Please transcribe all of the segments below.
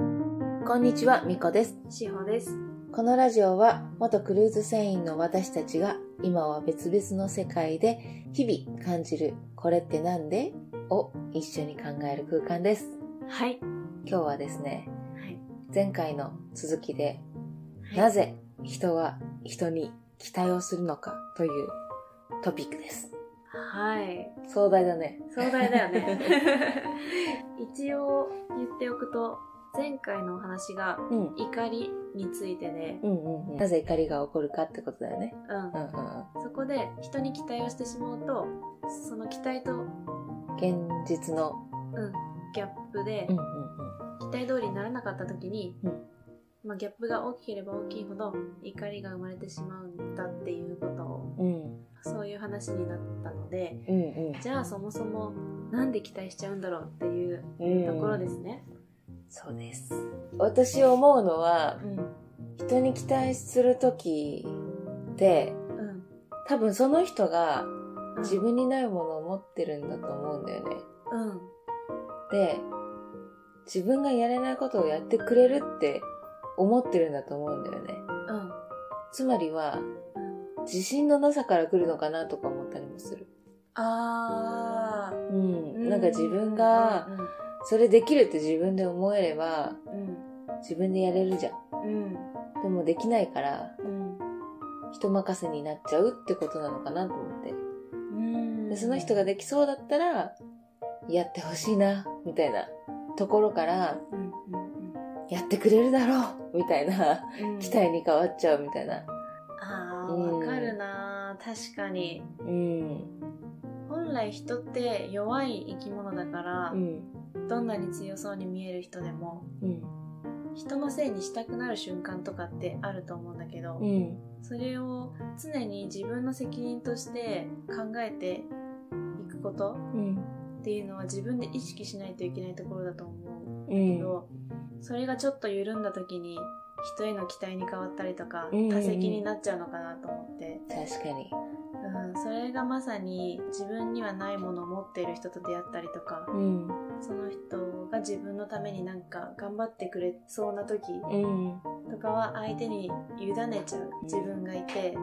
こんにちは、みこです。しほです。このラジオは、元クルーズ船員の私たちが、今は別々の世界で、日々感じる、これってなんでを一緒に考える空間です。はい。今日はですね、はい前回の続きで、なぜ人は人に期待をするのかというトピックです。はい。壮大だね。壮大だよ ね。一応言っておくと、前回のお話がうん。怒りについてで、うんうんうん。なぜ怒りが起こるかってことだよね。うんう。んうんそこで人に期待をしてしまうと、その期待と、うん、うん。現実の、ギャップでう、んうんうん。期待通りにならなかった時に、うんまあ、ギャップが大きければ大きいほど怒りが生まれてしまうんだっていうことを、うん。そういう話になったので、うんうん。じゃあそもそもなんで期待しちゃうんだろうっていうところですね。そうです。私思うのは、うん。人に期待するときって、うん。多分その人がうん自分にないものを持ってるんだと思うんだよね。うん。で、自分がやれないことをやってくれるって思ってるんだと思うんだよね。うん。つまりは、自信のなさから来るのかなとか思ったりもする。あうあ。ん。なんか自分が、、それできるって自分で思えれば、うん。自分でやれるじゃん。うん。でもできないから、うん。人任せになっちゃうってことなのかなと思って。うん。でその人がで、できそうだったら、やってほしいな、みたいなところから、うん。やってくれるだろう、みたいな、 うん。期待。に変わっちゃうみたいな。ああ、うんわかるなー。確かに。うん。本来人って弱い生き物だからう、ん。どんなに強そうに見える人でも、うん。人のせいにしたくなる瞬間とかってあると思うんだけど、うん。それを常に自分の責任として考えていくことうん。っていうのは自分で意識しないといけないところだと思ううけん。ど、それがちょっと緩んだ時に人への期待に変わったりとかうんうんうん多責になっちゃうのかなと思って、確かに。うん、それがまさに自分にはないものを持っている人と出会ったりとかうん。その人が自分のためになんか頑張ってくれそうな時うん。とかは相手に委ねちゃう自分がいて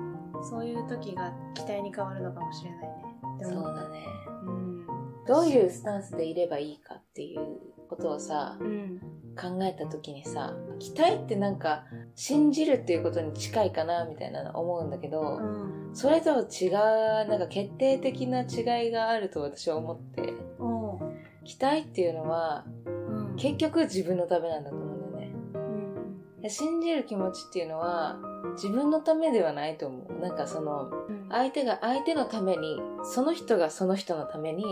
そういう時が期待に変わるのかもしれないね。でそうもだね。うんどういうスタンスでいればいいかっていうことをさ、うん考えた時にさ、期待ってなんか、信じるっていうことに近いかな、みたいなの思うんだけど、うんそれとは違う、なんか決定的な違いがあると私は思って、おう期待っていうのはうん結局自分のためなんだと思うんだよね。うんで信じる気持ちっていうのは自分のためではないと思う。なんかそのうん相手が相手のために、その人がその人のために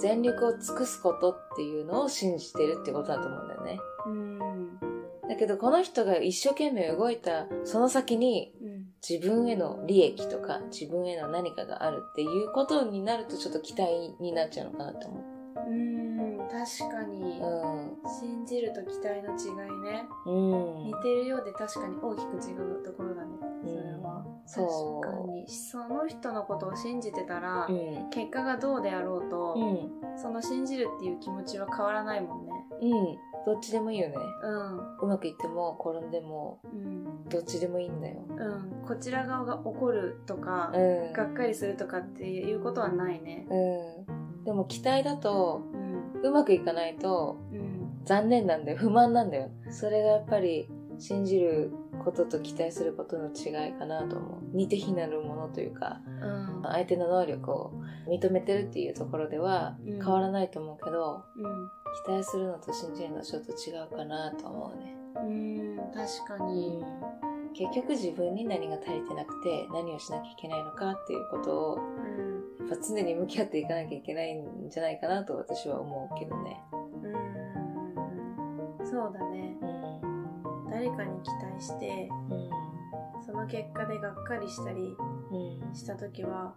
全力を尽くすことっていうのを信じてるってことだと思うんだよね。うんだけどこの人が一生懸命動いたその先にうん自分への利益とか自分への何かがあるっていうことになるとちょっと期待になっちゃうのかなと思う。うん確かに信じると期待の違いねうん。う似ん。てるようで確かに大きく違うところだねそれはそう確かにその人のことを信じてたらうん。結果がどうであろううとん。その信じるっていう気持ちは変わらないもんねうん。どっちでもいいよね。うんうまくいっても転んでもうんどっちでもいいんだよ。うんこちら側が怒るとかうん。がっかりするとかっていうことはないねうん。でも期待だとうんうまくいかないとうん残念なんだよ。不満なんだよ。それがやっぱり信じることと期待することの違いかなと思う。似て非なるものというか。うん相手の能力を認めてるっていうところではうん変わらないと思うけど、うん期待するのと信じるのはちょっと違うかなと思うね、うん確かに、結局自分に何が足りてなくて何をしなきゃいけないのかっていうことをうんやっぱ常に向き合っていかなきゃいけないんじゃないかなと私は思うけどね、うんそうだねうん誰かに期待してうんその結果でがっかりしたりうんした時は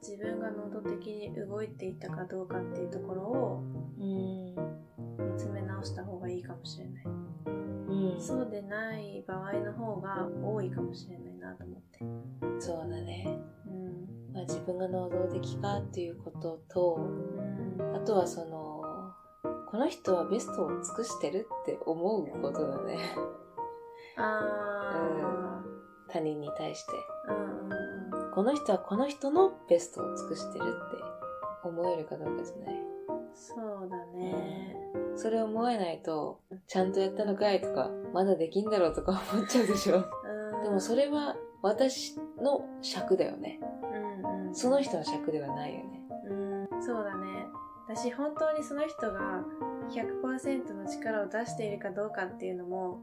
自分が能動的に動いていたかどうかっていうところをうん見つめ直した方がいいかもしれない、うんそそうでない場合の方が多いかもしれないなと思ってうだね、うんまあ、自分が能動的かっていうこととうんあとはそのこの人はベストを尽くしてるって思うことだねあ他人に対してーうんうんうんこの人はこの人のベストを尽くしてるって思えるかどうかじゃないそうだねそれ思えないとちゃんとやったのかいとかまだできんだろうとか思っちゃうでしょうんでもそれは私の尺だよねうんうんその人の尺ではないよねうんそうだね私本当にその人が100%の力を出しているかどうかっていうのも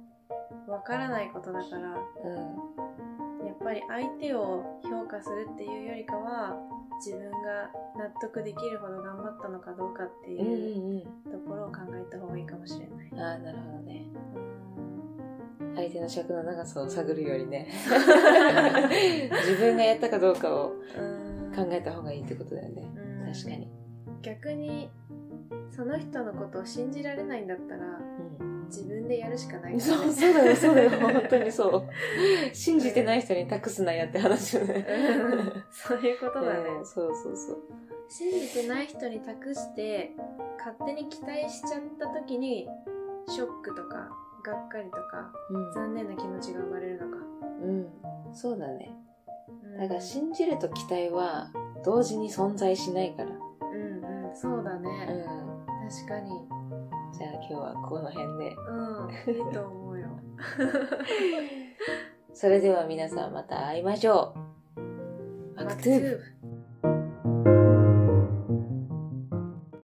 わからないことだからうやっぱり相手を評価するっていうよりかは自分が納得できるほど頑張ったのかどうかってんうんいううんところを考えた方がいいかもしれない。うんああなるほどねうん相手の尺の長さを探るよりね自分がやったかどうかを考えた方がいいってことだよねうん確かに、逆にその人のことを信じられないんだったらう自分でやるしかないよん、ねそうそうだよ そうだよ本当にそう信じてない人に託すなやって話よねうん そういうことだね、うんそうそうそう信じてない人に託して勝手に期待しちゃった時にショックとかがっかりとか残念な気持ちが生まれるのか、うん、そうだねうんだから信じると期待は同時に存在しないから、ううんうんそうだね、ん、確かにじゃあ今日はこの辺でうんいいと思うよそれでは皆さんまた会いましょうアクトゥーブブ